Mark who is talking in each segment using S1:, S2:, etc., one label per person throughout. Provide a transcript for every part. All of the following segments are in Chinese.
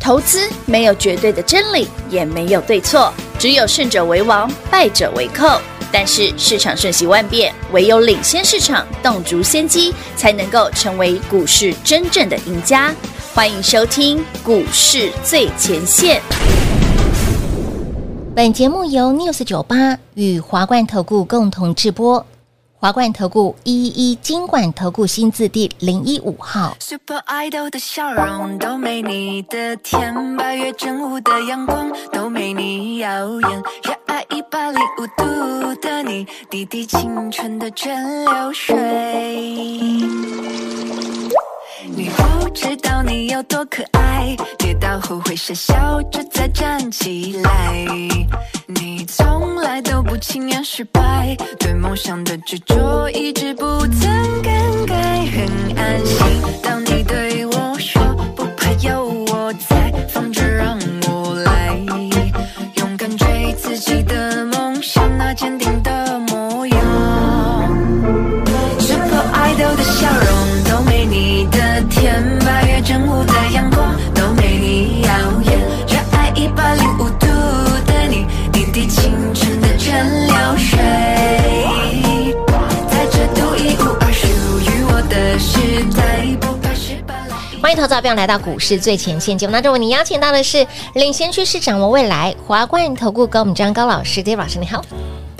S1: 投资没有绝对的真理，也没有对错，只有胜者为王，败者为寇。但是市场瞬息万变，唯有领先市场，洞烛先机，才能够成为股市真正的赢家。欢迎收听《股市最前线》。
S2: 本节目由 News 九八与华冠投顾共同制播，华冠投顾一一金管投顾新字第零一五号。
S3: Super Idol 的笑容都没你的甜，八月正午的阳光都没你耀眼，热爱一百零五度的你，滴滴青春的蒸馏水。你不知道你有多可爱，跌倒后会傻笑着再站起来。你从来都不轻言失败，对梦想的执着一直不曾更改，很安心。当你对我说不怕有我在，放着让我来，勇敢追自己的梦想，那坚定的模样。Super Idol 的笑容都没你的甜，八月正午的阳光都没你耀眼，热爱一百零五度的你，滴滴清纯的蒸馏水，在这独一无二属于我的时代，不怕失败。
S2: 欢迎投资者朋友来到股市最前线节目当中，为您邀请到的是领先趋势、掌握未来华冠投顾高敏章高老师，David 老师你好。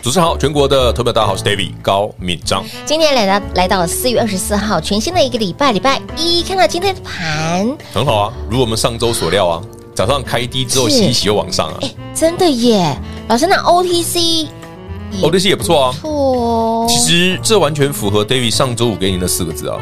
S4: 主持人好，全国的投票大家好，我是 David 高敏章。
S2: 今天来到来到了四月二十四号，全新的一个礼拜，礼拜一看到今天的盘，
S4: 很好啊，如我们上周所料啊，早上开低之后
S2: 是
S4: 洗一洗又往上啊
S2: 哎，真的耶，老师那 OTC 也
S4: ，OTC 也不错啊。
S2: 错哦，
S4: 其实这完全符合 David 上周五给你的四个字啊，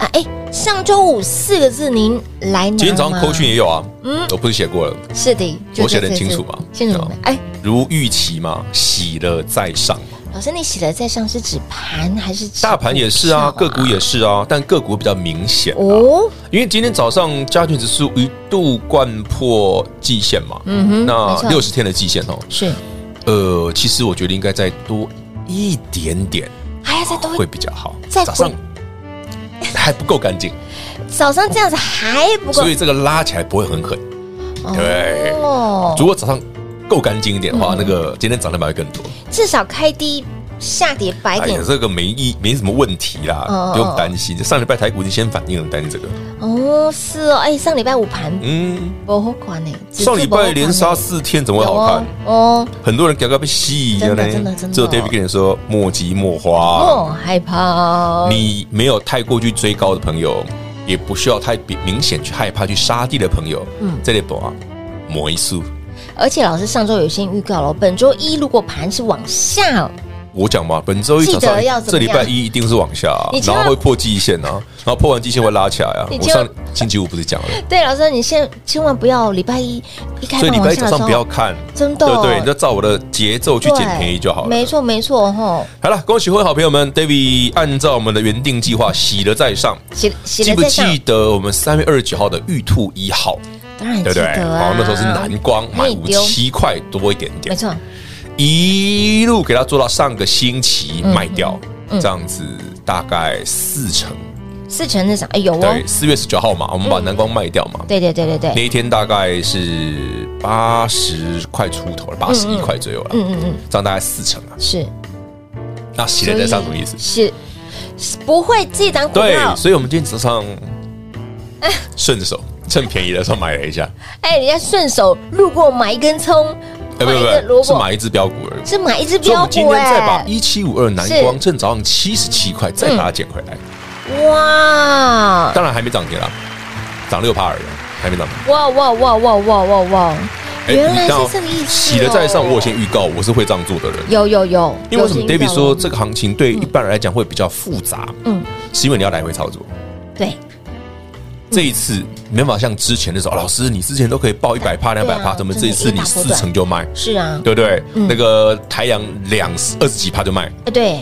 S2: 啊，哎，上周五四个字您来拿吗
S4: 今天早上扣讯也有啊，
S2: 嗯
S4: 我不是写过了，
S2: 是的，
S4: 我写得很清楚嘛
S2: 清楚没
S4: 嗯？
S2: 哎，
S4: 如预期嘛，洗了再上嘛，
S2: 老师你写的在上是指盘还是指
S4: 大盘也是啊，
S2: 票
S4: 个股也是啊，但个股比较明显啊，
S2: 哦，
S4: 因为今天早上加权指数一度贯破季线嘛，
S2: 嗯哼
S4: 那
S2: 没错
S4: 六十天的季线哦，
S2: 是
S4: 呃，其实我觉得应该再多一点点。
S2: 还要哎再多
S4: 会比较好。
S2: 再
S4: 早上还不够干净，
S2: 早上这样子还 不够
S4: 所以这个拉起来不会很狠。对
S2: 哦嗯
S4: 如，果早上够干净一点的话，那个今天涨停板会更多。
S2: 至少开低下跌百
S4: 哎呀
S2: 点，
S4: 这个没意没什么问题
S2: 嗯
S4: 啦，不用担心。上礼拜台股已经先反应了，担心这个。
S2: 哦，是哦，哎，上礼拜五盘
S4: 嗯，
S2: 不好看呢，指数
S4: 上礼
S2: 不好
S4: 拜
S2: 看呢
S4: 连杀四天，怎么会好看？
S2: 有哦，哦
S4: 很多人搞到被吸引了
S2: 真的真的真
S4: 呢。
S2: 的
S4: 只有 David 跟你说莫急莫慌，
S2: 哦，害怕，哦
S4: 你没有太过去追高的朋友，也不需要太明明显去害怕去杀低的朋友，
S2: 嗯
S4: 这类不啊，磨一束。
S2: 而且老师上周有先预告了，本周一如果盘是往下，
S4: 我讲嘛，本周一早
S2: 记得要
S4: 上，
S2: 怎
S4: 这
S2: 么样
S4: 礼拜一一定是往下啊、
S2: 你千
S4: 然
S2: 万
S4: 后会破季线啊，然后破完季线会拉起来啊
S2: 你。
S4: 我
S2: 千万
S4: 上星期五不是讲了，
S2: 对，老师你先千万不要礼拜一一开
S4: 所以
S2: 盘
S4: 礼
S2: 往
S4: 拜一
S2: 下
S4: 早
S2: 的时
S4: 上不要
S2: 候，
S4: 看，
S2: 真的
S4: 对不对？你就照我的节奏去
S2: 对
S4: 捡便宜就好了。
S2: 没。错没错吼，
S4: 好了，恭喜会好朋友们，David 按照我们的原定计划洗了再上。
S2: 写写
S4: 记
S2: 的
S4: 不
S2: 在上
S4: 记，得我们三月二十九号的玉兔一号，
S2: 当然记
S4: 对不对？
S2: 得
S4: 然
S2: 啊
S4: 后，那时候是蓝光买
S2: 内
S4: 五
S2: 丢
S4: 七块多一点点，
S2: 没错，
S4: 一路给它做到上个星期
S2: 嗯
S4: 卖掉，
S2: 嗯
S4: 这样子大概四成。
S2: 四成的涨，哎有哦，嗯
S4: 对，四月十九号嘛，我们把南光卖掉嘛，
S2: 对对对对
S4: 那
S2: 对，
S4: 一天大概是八十块出头了，八十一块左右了，
S2: 嗯嗯嗯，
S4: 这样大概四成啊。
S2: 是，
S4: 那洗了再上什么意思？
S2: 是是不会这档股
S4: 对，
S2: 票，
S4: 所以我们今天早上顺手 趁便宜的时候买了一下，
S2: 哎，人家顺手路过买一根葱，
S4: 哎，不
S2: 买一根
S4: 不
S2: 萝
S4: 不，是
S2: 卜，
S4: 买一只标股而已。
S2: 是买一只
S4: 所以
S2: 标
S4: 我们今
S2: 股
S4: 天再把
S2: 哎，嗯
S4: 一七五二南光趁早上七十七块再把它捡回来，
S2: 哎哇
S4: 当然还没涨停啦，涨六趴而已，还没涨停。
S2: 哇哇哇哇哇哇哇，
S4: 哎
S2: 原来
S4: 你看哦
S2: 是这个意思哦，
S4: 洗了再上，我有先预告我是会这样做的人。
S2: 有有有，
S4: 因为为什么
S2: 有听到
S4: David 说
S2: 哦
S4: 这个行情对一般人来讲会比较复杂？
S2: 嗯，
S4: 是因为你要来回操作。
S2: 对，
S4: 这一次没办法像之前的时候，老师你之前都可以报一百趴、两
S2: 嗯对
S4: 百
S2: 啊
S4: 趴，怎么
S2: 真
S4: 这
S2: 的
S4: 一次
S2: 一
S4: 你
S2: 打波
S4: 四
S2: 段
S4: 成就卖，
S2: 是啊，
S4: 对不对？
S2: 嗯
S4: 那个台阳两二十几趴就卖，
S2: 哎对，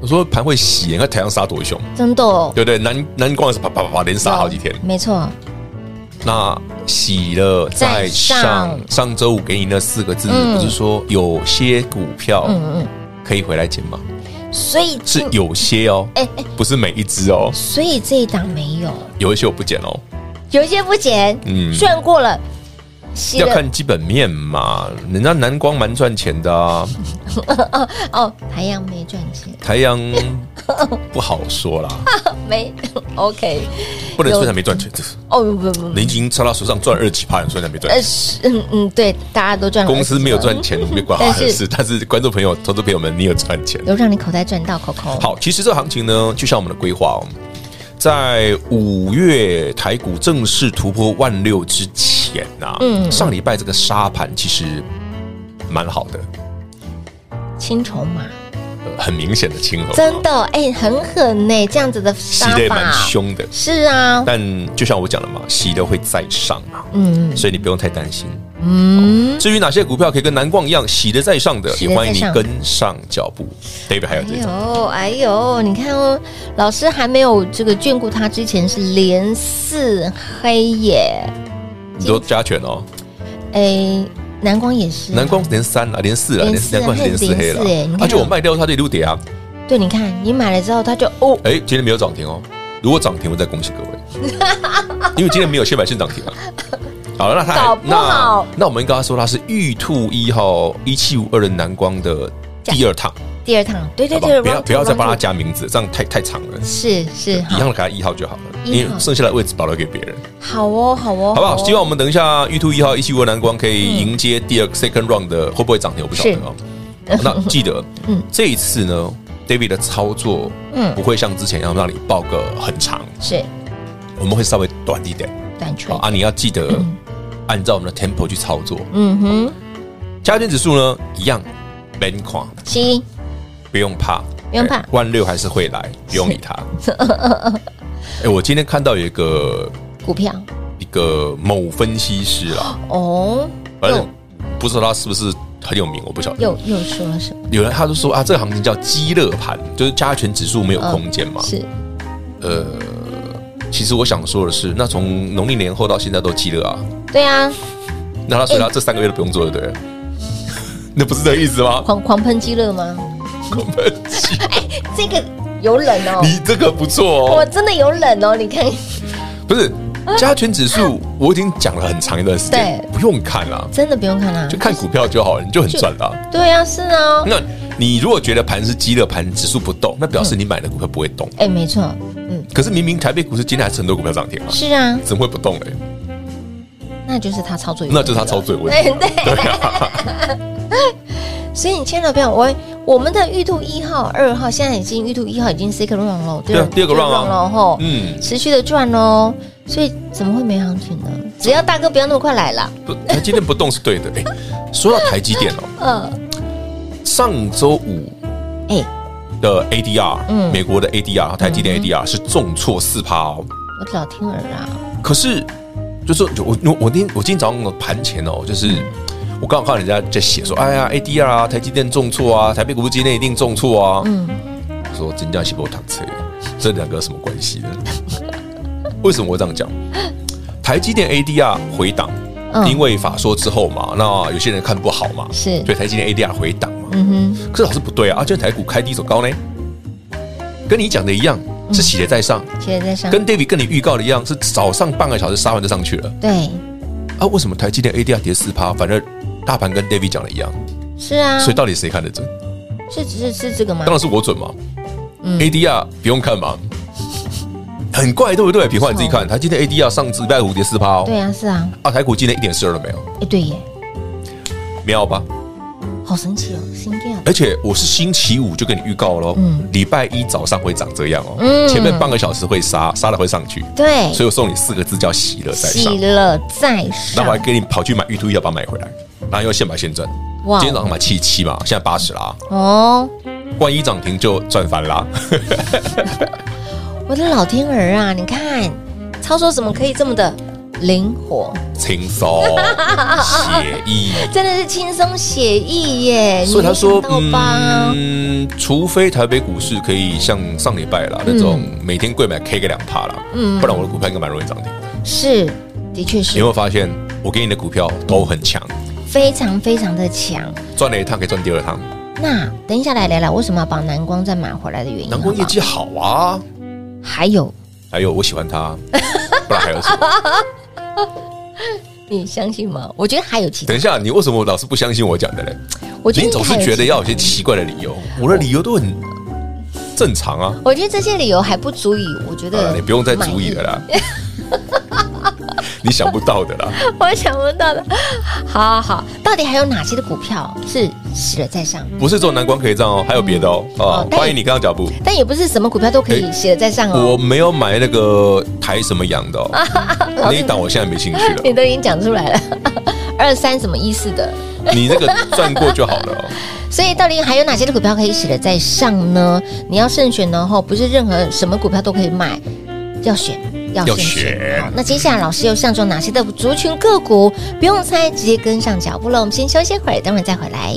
S4: 我说盘会洗，你看台阳杀多凶，
S2: 真的哦，
S4: 对不对？南南光也是啪啪啪啪连杀好几天，
S2: 没错，
S4: 那洗了再
S2: 再
S4: 上
S2: 上。
S4: 上周五给你那四个字，
S2: 嗯
S4: 不是说有些股票
S2: 嗯嗯
S4: 可以回来捡吗？
S2: 嗯，所以
S4: 是
S2: 今，
S4: 有些哦，
S2: 哎哎，
S4: 不是每一只哦，
S2: 所以这一档没有，
S4: 有一些我不捡哦。
S2: 有一些不减，
S4: 嗯
S2: 赚过了，洗
S4: 要
S2: 了
S4: 看基本面嘛。人家南光蛮赚钱的啊，
S2: 哦，太阳没赚钱，哦
S4: 台阳 不好说啦，
S2: 没 OK，
S4: 不能说他没赚钱，
S2: 哦不不不，
S4: 你已经抄到手上赚二几趴，你说他没赚
S2: 呃
S4: 钱。
S2: 是嗯嗯对，大家都赚了，
S4: 公司没有赚，钱，没关我
S2: 但是
S4: 的事。但是观众朋友、投资朋友们，你有赚钱。
S2: 有让你口袋赚到，口口，
S4: 好，其实这行情呢，就像我们的规划哦，在五月台股正式突破万六之前呐、
S2: 嗯
S4: 上礼拜这个沙盘其实蛮好的，
S2: 青筹码
S4: 呃很明显的清头，
S2: 真的哎很狠呢，这样子的
S4: 洗
S2: 杀
S4: 的也蛮
S2: 法
S4: 凶的。
S2: 是啊，
S4: 但就像我讲的嘛，洗的会再上嘛，
S2: 嗯
S4: 所以你不用太担心。
S2: 嗯，
S4: 至于哪些股票可以跟南光一样洗的再上的，
S2: 洗得
S4: 也欢
S2: 再
S4: 迎你
S2: 上
S4: 跟上脚步。David 还有
S2: 哎
S4: 这种，
S2: 呦，哎呦，你看哦，老师还没有这个眷顾他之前是连四黑耶，
S4: 你都加权哦，
S2: 啊哎，蓝光也是啊、
S4: 南光连三了，连四了，
S2: 连
S4: 连
S2: 四
S4: 南光是连四黑了
S2: 还有连四哎你，看
S4: 而且我卖掉它的一路跌啊，
S2: 对，你看你买了之后，他就哦，
S4: 哎，今天没有涨停哦。如果涨停，我再恭喜 各位，因为今天没有先买现涨停啊。好了，那它
S2: 搞
S4: 还
S2: 不
S4: 那
S2: 好
S4: 那我们刚刚说它是玉兔一号一七五二的南光的第二趟，
S2: 第二趟，对对
S4: 好不
S2: 对，
S4: 好？不
S2: round
S4: 要
S2: two，
S4: 不要再
S2: round
S4: 帮它
S2: two
S4: 加名字，这样太太长了。
S2: 是是
S4: 一
S2: 好，
S4: 样的给它一号就好了，
S2: 一号
S4: 因为剩下的位置保留给别人，
S2: 好哦好哦，
S4: 好不好？
S2: 哦
S4: 希望我们等一下玉兔一号一七五二南光可以迎接第二
S2: 嗯
S4: second round 的会不会涨停，我不晓得哦。好那记得，
S2: 嗯
S4: 这一次呢，David 的操作，
S2: 嗯
S4: 不会像之前一样让你报个很长，
S2: 是
S4: 我们会稍微短一点。
S2: 短锤
S4: 好，啊，你要记得按照我们的 tempo 去操作。
S2: 嗯哼，
S4: 加权指数呢，一样 b 款，
S2: 七
S4: 不用怕，
S2: 不用怕
S4: 哎万六还是会来，不用 理它。哎，我今天看到有一个
S2: 股票
S4: 一个某分析师啦，
S2: 哦，
S4: 反正
S2: 又
S4: 不知道他是不是很有名，我不晓得。
S2: 又又说了什么？
S4: 有人他就说啊，这个行情叫鸡肋盘，就是加权指数没有空间嘛。
S2: 嗯是
S4: 呃，其实我想说的是，那从农历年后到现在都鸡肋啊，
S2: 对啊，
S4: 那他所以
S2: 哎
S4: 他这三个月都不用做，对不对？ 那不是这个意思吗？
S2: 狂狂喷激乐吗？
S4: 狂喷
S2: 哦
S4: 鸡
S2: 这个有冷哦，
S4: 你这个不错
S2: 我
S4: 哦，
S2: 真的有冷哦，你看
S4: 不是加权指数，我已经讲了很长一段时间，
S2: 对
S4: 不用看啦，
S2: 真的不用看啦啊
S4: 就，看股票就好了，你就很赚啦。
S2: 对啊，是啊，
S4: 那你如果觉得盘是鸡肋盘，指数不动，那
S2: 嗯
S4: 表示你买的股票不会动。
S2: 哎，没错，嗯，
S4: 可是明明台北股市今天还是很多股票涨停啊，
S2: 是啊，
S4: 怎么会不动嘞？
S2: 那就是他操作有问
S4: 那
S2: 题了，
S4: 就是他操作有问
S2: 对
S4: 题。
S2: 对
S4: 对啊，
S2: 所以你千万不要，我我们的玉兔一号、二号现在已经玉兔一号已经 second round 了，
S4: 对啊第二个 round 啊
S2: 了吼，
S4: 嗯，
S2: 持续的赚喽，所以怎么会没行情呢？只要大哥不要那么快来啦，
S4: 不，台积电不动是对的。哎，说到台积电哦，
S2: 嗯，
S4: 上周五
S2: 哎，
S4: 的 ADR，
S2: 嗯
S4: 美国的 ADR，台积电 ADR 是重挫四趴哦。
S2: 我老听耳啊，
S4: 可是，就是我我我今我今天早上盘前哦，就是我刚好看到人家在写说，哎呀，ADR 啊，台积电重挫啊，台北股市今天一定重挫啊。
S2: 嗯，
S4: 我说真假是不躺车，啊这两个有什么关系呢？ 为什么我这样讲？台积电 ADR 回档，
S2: 嗯
S4: 因为法说之后嘛，那有些人看不好嘛，
S2: 是
S4: 对台积电 ADR 回档嘛。
S2: 嗯哼，
S4: 可是老师不对啊，啊，今天台股开低走高呢，跟你讲的一样，
S2: 嗯
S4: 是起跌再上，
S2: 现在在上，
S4: 跟 David 跟你预告的一样，是早上半个小时杀完就上去了
S2: 对，
S4: 啊？为什么台积电 ADR 跌四趴？反正大盘跟 David 讲的一样，
S2: 是啊，
S4: 所以到底谁看得准？
S2: 是是是这个吗
S4: 当？然是我准嘛。
S2: 嗯
S4: ADR 不用看嘛，很怪对不对？平话你自己看，台积电 ADR 上礼拜五跌四趴哦，
S2: 对啊，是啊，
S4: 啊，台股今天一点事了没有？
S2: 哎，对耶，
S4: 妙吧？
S2: 好神奇哦，心跳，
S4: 而且我是星期五就跟你预告喽
S2: 嗯，
S4: 礼拜一早上会长这样哦，
S2: 嗯
S4: 前面半个小时会杀，杀了会上去，
S2: 对，
S4: 所以我送你四个字叫喜乐在上
S2: 喜。了再
S4: 那
S2: 上
S4: 我还，给你跑去买玉兔，要把它买回来，然后又现买现赚。
S2: 哇
S4: 今天早上买七十七嘛，现在八十啦，
S2: 哦，
S4: 万一涨停就赚翻啊啦。
S2: 我的老天儿啊！你看，操作怎么可以这么的灵活？
S4: 轻松写意。
S2: 真的是轻松写意耶！
S4: 所以他说
S2: 你没想到，吧，
S4: 嗯，除非台北股市可以像上礼拜啦那种每天贵买 K 个两趴啦，
S2: 嗯
S4: 不然我的股票应该蛮容易涨停的。
S2: 是，的确
S4: 你有
S2: 是
S4: 没有发现，我给你的股票都很强，
S2: 非常非常的强。
S4: 赚了一趟可以赚第二趟，
S2: 那等一下来聊聊为什么要把蓝光再买回来的原因。
S4: 南
S2: 嗯好
S4: 光
S2: 不
S4: 业
S2: 好
S4: 绩好啊，
S2: 还有
S4: 还有我喜欢他，不然还有什 么？
S2: 你相信吗？我觉得还有其他
S4: 等，一下，你为什么老是不相信我讲的嘞？
S2: 我觉得
S4: 你
S2: 应该
S4: 总
S2: 还
S4: 是
S2: 有
S4: 觉得
S2: 其他嗯
S4: 要有些奇怪的理由，我的理由都很正常啊。
S2: 我觉得这些理由还不足以，我觉
S4: 啊
S2: 得，
S4: 你不用再足以了啦，你想不到的啦。
S2: 满意，我想不到的。好好好，到底还有哪些的股票是写了再上，
S4: 不是只有南关可以这样哦，还有别的哦。啊
S2: 哦，但
S4: 欢迎你跟上脚步。
S2: 但也不是什么股票都可以
S4: 哎
S2: 写了再上
S4: 我
S2: 哦。
S4: 没有买那个台什么羊的哦，那一档我现在没兴趣了。
S2: 你都已经讲出来了， 二三什么意思的？
S4: 你那个赚过就好 了哦。
S2: 所以到底还有哪些的股票可以写了再上呢？你要慎选哦，吼不是任何什么股票都可以买，要选。要
S4: 要
S2: 慎选
S4: 选
S2: 好，那接下来老师又上中哪些的族群个股？不用猜，直接跟上脚步了。我们先休息一会儿，等会儿再回来。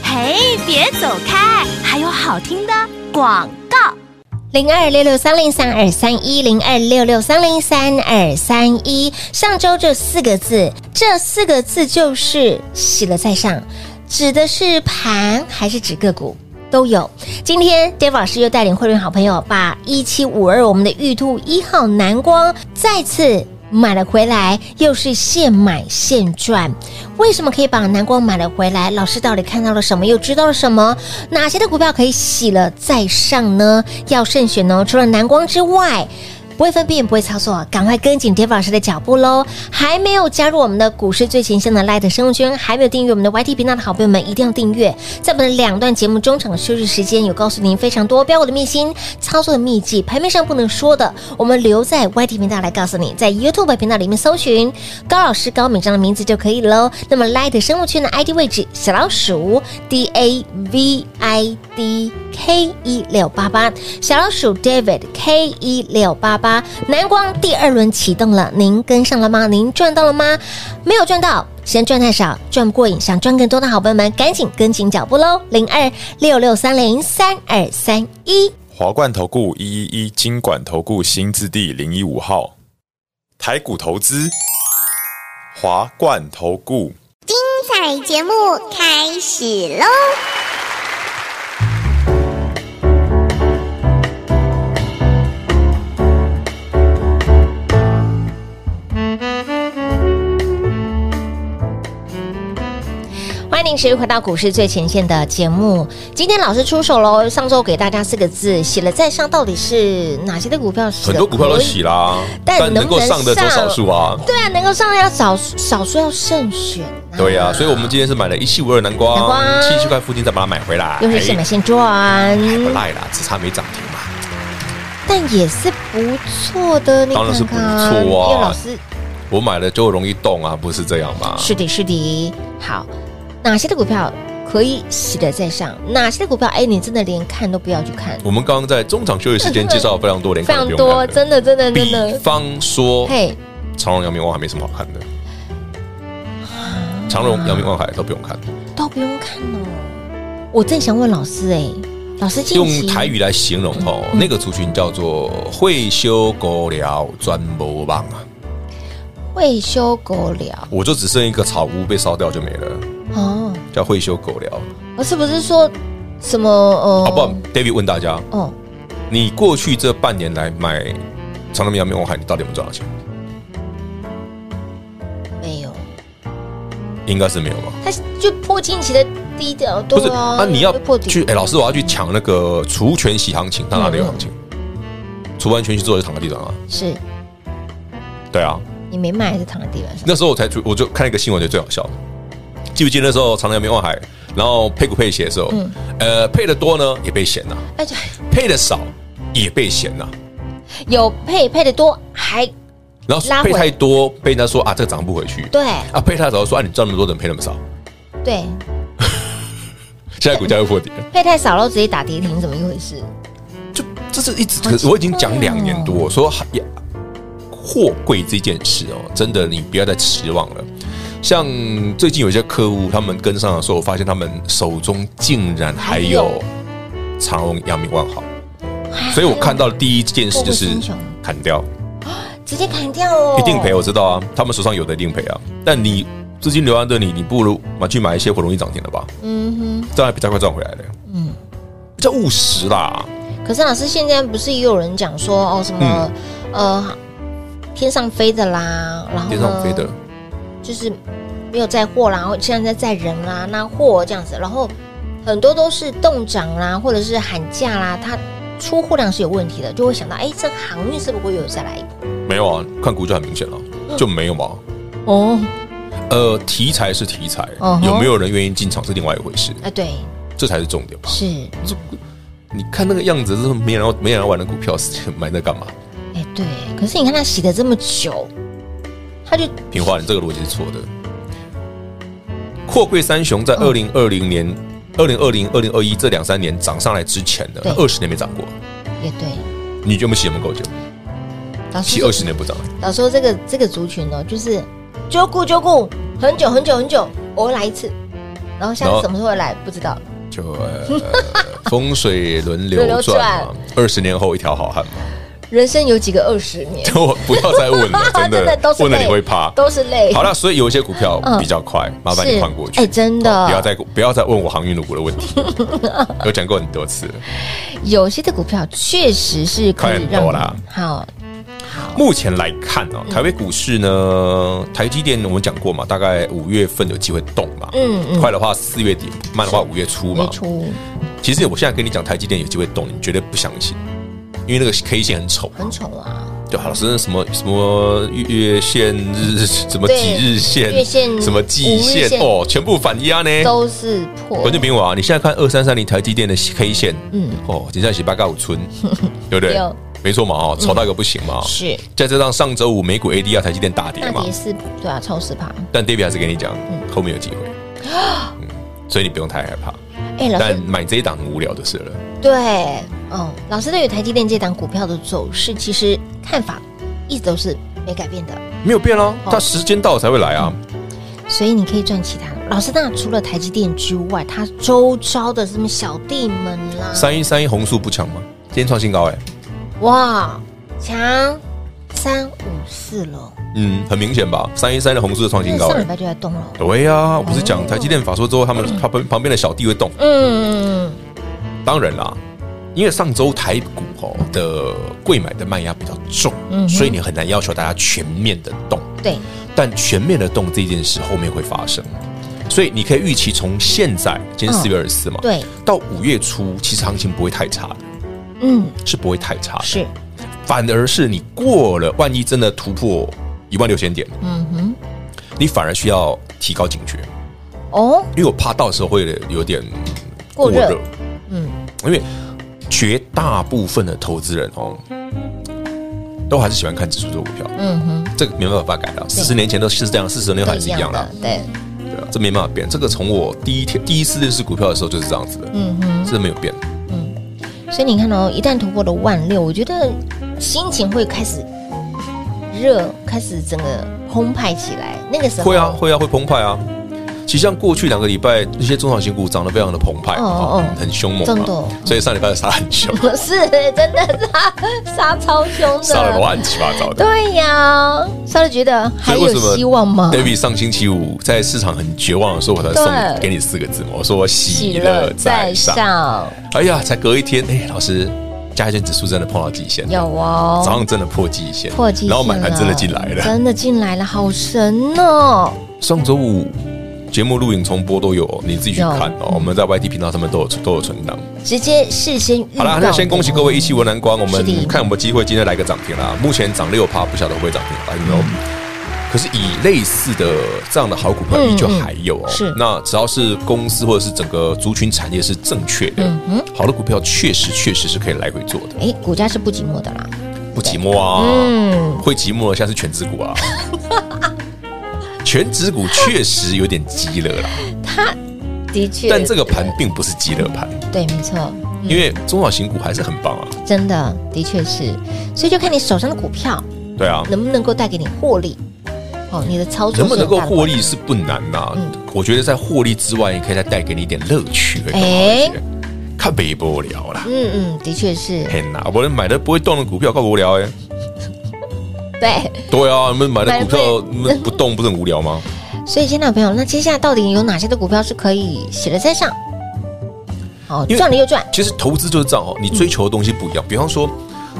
S5: 嘿，别走开，还有好听的广告。
S2: 零二六六三零三二三一零二六六三零三二三一。上周这四个字，这四个字就是“洗了再上”，指的是盘还是指个股？都有。今天 Dave 老师又带领会员好朋友，把一七五二我们的玉兔一号蓝光再次买了回来，又是现买现赚。为什么可以把南光买了回来？老师到底看到了什么？又知道了什么？哪些的股票可以洗了再上呢？要慎选哦。除了南光之外。不会分辨，不会操作，赶快跟紧 Dave 老师的脚步喽！还没有加入我们的股市最前线的 Light 生活圈，还没有订阅我们的 YT 频道的好朋友们，一定要订阅。在我们的两段节目中场休息时间，有告诉您非常多标股的秘辛、操作的秘籍，盘面上不能说的，我们留在 YT 频道来告诉你，在 YouTube 频道里面搜寻高老师高敏章的名字就可以喽。那么 Light 生活圈的 ID 位置小老鼠 D A V I D K 一六八八，小老鼠 David K 一六八八。南光第二轮启动了，您跟上了吗？您赚到了吗？没有赚到。嫌赚太少，赚不过瘾，想赚更多的好朋友们，赶紧跟紧脚步喽！零二六六三零三二三一。
S6: 华冠投顾一一一金管投顾新字第零一五号，台股投资，华冠投顾。
S7: 彩节目开始喽！
S2: 欢迎您持续回到股市最前线的节目。今天老师出手喽，上周给大家四个字，洗了再上，到底是哪些的股票洗了？
S4: 很多股票都洗啦，
S2: 啊但
S4: 但
S2: 能
S4: 能
S2: 不
S4: 够
S2: 能
S4: 上的只有少数啊。
S2: 对啊，能够上要少少数要慎选、啊
S4: 对呀、所以我们今天是买了一七五二南
S2: 南
S4: 光
S2: 光，
S4: 七十块附近再把它买回来，哎
S2: 又是现买现赚，
S4: 不赖啦，只差没涨停嘛。
S2: 但也是不错的。你看看，
S4: 当然是不错啊
S2: 因为老师
S4: 我买了就容易动啊，不是这样吗？
S2: 是的，是的。好，哪些的股票可以洗了再上？哪些的股票，哎，你真的连看都不要去看，
S4: 我们刚刚在中场休息时间介绍了非常多连
S2: 非
S4: 看都
S2: 常
S4: 不用
S2: 多，啊
S4: 看的
S2: 真的，真的，真
S4: 比
S2: 的。
S4: 方说，
S2: 嘿，
S4: 长荣、阳明、万海没什么好看的，长荣、阳明、万海都不用看。
S2: 都不用看哦。我正想问老师，哎，老师近期
S4: 用台语来形容哦，
S2: 嗯
S4: 那个族群叫做会修狗寮专模棒啊，
S2: 会修狗了
S4: 我就只剩一个草屋被烧掉就没了，
S2: 哦，
S4: 叫会修狗寮。
S2: 而是不是说什么呃？
S4: 好不好？David 问大家，
S2: 哦，
S4: 你过去这半年来买长隆、阳明、万海，你到底有没有赚到钱？
S2: 没有，
S4: 应该是没有吧？
S2: 它就破近期的低调，
S4: 不是
S2: 对啊，
S4: 啊，你要
S2: 就破底
S4: 去哎，老师，我要去抢那个除权息行情，它哪里有行情？
S2: 嗯
S4: 除完权息之后就躺在地上啊，
S2: 是
S4: 对啊，
S2: 你没卖，还是躺在地板上。
S4: 那时候我才出，我就看一个新闻，就最好笑。记不记得那时候长隆、阳明、万海，然后配股配血的时候，
S2: 嗯
S4: 呃，配的多呢也被嫌呐、
S2: 哎，对，
S4: 配的少也被嫌呐、
S2: 有配配的多，还
S4: 然
S2: 拉
S4: 后
S2: 回
S4: 配太多被人家说啊，这个涨不回去。
S2: 对
S4: 啊，配太少说啊，你赚那么多，怎么配那么少？
S2: 对，
S4: 现在股价又破底了，
S2: 配太少了，直接打跌停，怎么一回事？
S4: 就这是一直，
S2: 好
S4: 可是我已经
S2: 奇
S4: 讲
S2: 怪哦
S4: 两年多，我说呀，货柜这件事哦，真的你不要再失望了。像最近有一些客户，他们跟上的时候，我发现他们手中竟然还有长荣、阳明、万豪，所以我看到的第一件事就
S2: 啊
S4: 是
S2: 货柜哦三雄
S4: 砍掉。
S2: 直接砍掉哦，
S4: 一定赔，我知道啊，他们手上有的一定赔啊。但你资金流安对你，你不如买去买一些会容易涨停的吧，
S2: 嗯
S4: 这样还比较快赚回来的。嗯，比较务实啦。
S2: 哼，可是老师，现在不是也有人讲说哦什么、呃天上飞的啦，然后
S4: 嗯天上
S2: 呢
S4: 飞的，
S2: 就是没有载货啦，然后现在在载人啦，那货这样子，然后很多都是冻涨啦，或者是喊价啦，它出货量是有问题的，就会想到哎、这个航运是不是会有再来一波？
S4: 没有啊，看股就很明显了，
S2: 嗯
S4: 就没有嘛。
S2: 哦，
S4: 呃，题材是题材
S2: 嗯哼，
S4: 有没有人愿意进场是另外一回事，
S2: 啊对，
S4: 这才是重点吧。
S2: 是
S4: 你看那个样子，是没人要没人要玩的股票，是买那干嘛？
S2: 哎、对，可是你看它洗了这么久，它就
S4: 平花，你这个逻辑是错的。阔贵三雄
S2: 嗯
S4: 在二零二零年、二零二零、二零二一这两三年涨上来之前的
S2: 对
S4: 二十年没涨过，
S2: 也对，
S4: 你觉得我们洗有没有够久？
S2: 老
S4: 洗
S2: 师
S4: 二十年不涨，
S2: 老师说这个这个族群哦，就是九股九股，很久很久很久，偶尔来一次，然后下
S4: 然
S2: 次
S4: 后
S2: 什么时候来不知道。
S4: 就、呃、风水轮流转嘛，二十年后一条好汉嘛。
S2: 人生有几个二十年，
S4: 我不要再 问了，真的，
S2: 真的都是
S4: 问了你
S2: 累
S4: 会怕。
S2: 都是累。
S4: 好了，所以有一些股票
S2: 哎嗯
S4: 比较快，麻烦
S2: 是
S4: 你换过去。
S2: 哎真的
S4: 哦不要再不要再问我航运股的问 题，有讲过很多次了。
S2: 有些的股票确实是可以
S4: 快很
S2: 让
S4: 多
S2: 你
S4: 啦
S2: 好
S4: 目前来看呢、
S2: 嗯
S4: 台北股市呢，台积电我们讲过嘛，大概五月份有机会动嘛，
S2: 嗯嗯
S4: 快的话四月底，慢的话五月初
S2: 没
S4: 嘛。
S2: 出
S4: 其实我现在跟你讲台积电有机会动，你绝对不相信，因为那个 K 线很丑，
S2: 很丑啊，
S4: 就老师什么什么月月线 日什么
S2: 对
S4: 几日线
S2: 月线
S4: 什么季
S2: 五日
S4: 线
S2: 线
S4: 哦，全部反压呢。
S2: 都是破
S4: 关。键评我啊，你现在看二三三零台积电的 K 线，
S2: 嗯
S4: 嗯，哦，现在写八 九村，对不对
S2: 有？
S4: 没错嘛，哦，
S2: 嗯
S4: 丑到一个不行嘛，哦
S2: 是
S4: 再加上上周五美股 ADR 台积电大跌
S2: 大
S4: 嘛
S2: 跌，四对啊，超四趴。
S4: 但 David 还是跟你讲，后面有 机会，嗯所以你不用太害怕。
S2: 哎，老
S4: 但
S2: 师
S4: 买这一档很无聊的事了，
S2: 对，嗯，老师对于台积电这档股票的走势，其实看法一直都是没改变的。
S4: 没有变咯，
S2: 哦嗯
S4: 它时间到了才会来啊。
S2: 所以你可以赚其他。老师，那除了台积电之外，它周遭的什么小弟们啊啦，
S4: 三一三一红素不强吗？今天创新高哎，
S2: 哇，强三五四了，
S4: 嗯，很明显吧？三一三的红素创
S2: 因
S4: 新
S2: 为
S4: 高
S2: 上礼
S4: 哎。
S2: 拜就在动了。
S4: 对呀、我不是讲台积电法说之后，他们他旁旁边的小弟会动，
S2: 嗯，
S4: 当然啦，因为上周台股哦的贵买的卖压比较重，
S2: 嗯哼
S4: 所以你很难要求大家全面的动。
S2: 对，
S4: 但全面的动这件事后面会发生，所以你可以预期从现在，今天
S2: 嗯
S4: 四月二十四嘛，
S2: 对，
S4: 到五月初，其实行情不会太差的，
S2: 嗯，
S4: 是不会太差的，
S2: 是，
S4: 反而是你过了，万一真的突破一万六千点，
S2: 嗯哼，
S4: 你反而需要提高警觉，
S2: 哦，
S4: 因为我怕到时候会有点
S2: 过热嗯
S4: 嗯，因为绝大部分的投资人哦，都还是喜欢看指数做股票，
S2: 嗯哼，
S4: 这个没办法改了，四十年前都是这样，四十年后还是一样的。
S2: 对，
S4: 对啊，这没办法变。这个从我第一天第一次认识股票的时候就是这样子的，
S2: 嗯哼，
S4: 这没有变。
S2: 所以你看哦，一旦突破了万六，我觉得心情会开始热，开始整个澎湃起来。那个时候
S4: 会啊，，会啊，会澎湃啊。其实像过去两个礼拜，那些中小型股涨得非常的澎湃，
S2: 哦
S4: 哦
S2: 哦
S4: 很凶猛
S2: 真
S4: 嘛
S2: 的哦。
S4: 所以上礼拜杀很 凶，
S2: 是真的杀杀超凶的，
S4: 杀了乱七八糟的。
S2: 对呀，稍微觉得还有希望吗？
S4: David 上星期五在市场很绝望的时候，我才送
S2: 对
S4: 给你四个字嘛，我说喜乐
S2: 乐
S4: 在上。
S2: 上，
S4: 哎呀，才隔一天，哎，老师，加权指数真的碰到极限了，
S2: 有哦，
S4: 早上真的破极限，
S2: 破季，
S4: 然后买盘真的进来了。
S2: 真的进来了，好神哦！
S4: 上周五节目录影重播都有哦，你自己去
S2: 有
S4: 看哦。我们在 YT 频道上面都有都有存档。
S2: 直接事先预
S4: 好
S2: 告哦
S4: 啦，那先恭喜各位一期文蓝光，我
S2: 是
S4: 们
S2: 的
S4: 看有没有机会今天来个涨停啦。目前涨六趴，不晓得会不会涨停，I don't know。可是以类似的这样的好股票
S2: 嗯
S4: 依旧还有哦，
S2: 是
S4: 那只要是公司或者是整个族群产业是正确的，好的股票确实确实是可以来回做的，
S2: 哎，股价是不寂寞的啦，
S4: 不寂寞啊，
S2: 嗯
S4: 会寂寞的像是全指股啊，全指股确实有点急了啦，
S2: 它的确，
S4: 但这个盘并不是急热盘，
S2: 对，没错，
S4: 因为中小型股还是很棒啊。
S2: 真的的确是，所以就看你手上的股票
S4: 对啊，
S2: 能不能够带给你获利，哦，你的操作
S4: 能不能够
S2: 手段
S4: 获利是不难呐、
S2: 嗯
S4: 我觉得在获利之外，也可以再带给你一点乐趣会更好一些。看北无聊啦，
S2: 嗯嗯，的确是，
S4: 天哪！我们买的不会动的股票够无聊哎、
S2: 对。
S4: 对啊，你们买的
S2: 买
S4: 股
S2: 得
S4: 票
S2: 不
S4: 你们不动不是很无聊吗？
S2: 所以，亲爱的朋友，那接下来到底有哪些的股票是可以写了再上？哦，
S4: 因为
S2: 赚了又赚，
S4: 其实投资就是这样哦，你追求的东西不一样。比方说，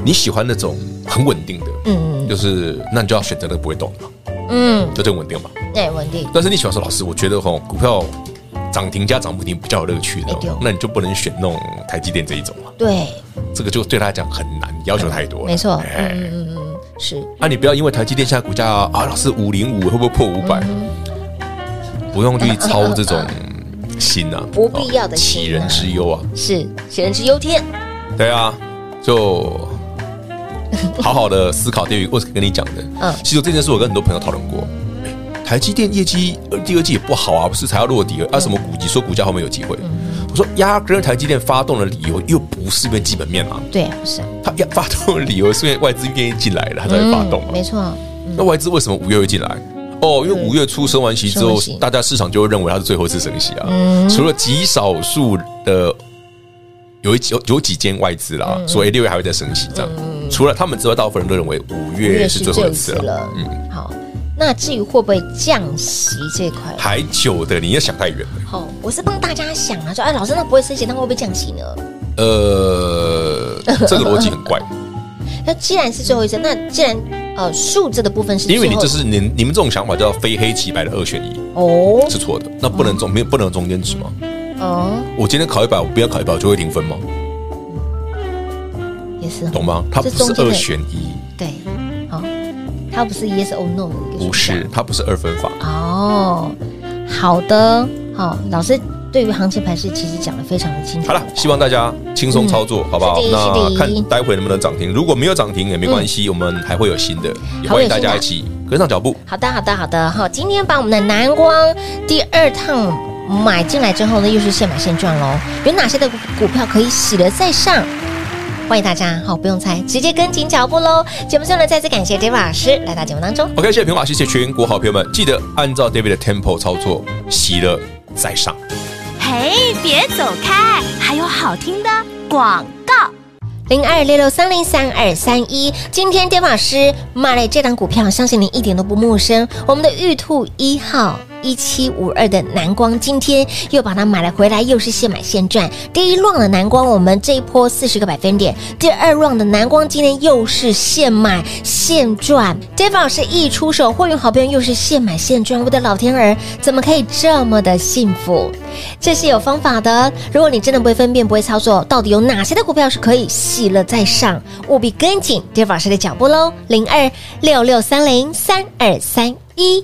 S4: 你喜欢那种很稳定的，
S2: 嗯
S4: 就是那你就要选择那个不会动的嘛，
S2: 嗯，
S4: 就这个稳定嘛。
S2: 对，稳定，
S4: 但是你喜欢说，老师，我觉得吼股票涨停加涨不停比较有乐趣的
S2: 哎对哦，
S4: 那你就不能选那种台积电这一种嘛，
S2: 对，
S4: 这个就对他来讲很难，要求太多了。
S2: 没错，嗯
S4: 哎
S2: 嗯嗯嗯，是，
S4: 啊，你不要因为台积电现在股价啊，老师五零五会不会破五百？
S2: 嗯
S4: 不用去操这种心啊，
S2: 不必要的
S4: 哦
S2: 心啊
S4: 杞人之忧啊，
S2: 是，杞人之忧天，
S4: 对啊，就好好的思考对于我跟你讲的。
S2: 嗯
S4: 嗯，其实这件事我跟很多朋友讨论过。哎台积电业绩呃第二季也不好啊，不是才要落底了？啊，什么股？你说股价后面有机会？
S2: 嗯
S4: 我说压根儿台积电发动的理由又不是因为基本面啊，
S2: 对，不是，
S4: 它压发动的理由是因为外资愿意进来了，它才会发动嘛。
S2: 嗯
S4: 啊
S2: 没错，
S4: 那外资为什么五月会进来？哦，因为五月初升完息之
S2: 升
S4: 后
S2: 完息，
S4: 大家市场就会认为它是最后一次升息啊。
S2: 嗯
S4: 除了极少数的有一有有几间外资啦，所以六月还会再升息这样。除了他们之外，大部分人都认为嗯五月是最后一次了。
S2: 嗯，好，那至于会不会降息这一块，
S4: 还久的，你要想太远了。
S2: 好，我是帮大家想啊，说，哎，老师，那不会升息，那会不会降息呢？
S4: 呃，这个逻辑很怪，
S2: 那既然是最后一次，那既然呃数字的部分是最
S4: 因
S2: 后，
S4: 为你这是你你们这种想法叫非黑即白的二选一
S2: 哦
S4: 是错的，那不能中没有不能有中间值吗？
S2: 哦，
S4: 我今天考一百，我不要考一百，我就会零分吗？
S2: 也是哦
S4: 懂吗？它不
S2: 这中
S4: 是
S2: 间的
S4: 二选一。
S2: 对，好，它不是 yes or no 的一个选项
S4: 不是，它不是二分法。
S2: 哦，好的，好，老师对于行情盘势其实讲的非常的清楚。
S4: 好了，希望大家轻松操作，好不好
S2: 是？的是
S4: 那
S2: 的
S4: 看待会能不能涨停，如果没有涨停也没关系，我们还会有新的，也
S2: 嗯还会
S4: 欢
S2: 有
S4: 迎大
S2: 新
S4: 家
S2: 的
S4: 一起跟上脚步。
S2: 好的，好的，好的，好，今天把我们的南光第二趟买进来之后呢，又是现买现赚喽。有哪些的股股票可以洗了再上？欢迎大家，好，不用猜，直接跟紧脚步喽。节目最后呢，再次感谢 David 老师来到节目当中。
S4: OK，谢谢平华，谢谢全国好朋友们，记得按照 David 的 tempo 操作，洗了再上。
S5: 嘿，别走开，还有好听的广告。
S2: 零二六六三零三二三一。今天 d a 老师买了这档股票，相信您一点都不陌生。我们的玉兔一号。一七五二的南光，今天又把它买了回来，又是现买现赚。第一 round 的南光，我们这一波四十个百分点；第二 round 的南光，今天又是现买现赚。David 老师一出手，会员好朋友又是现买现赚，我的老天儿，怎么可以这么的幸福？这是有方法的。如果你真的不会分辨、不会操作，到底有哪些的股票是可以洗了再上，务必跟紧 d a v 老师的脚步喽。零二六六三零三二三一。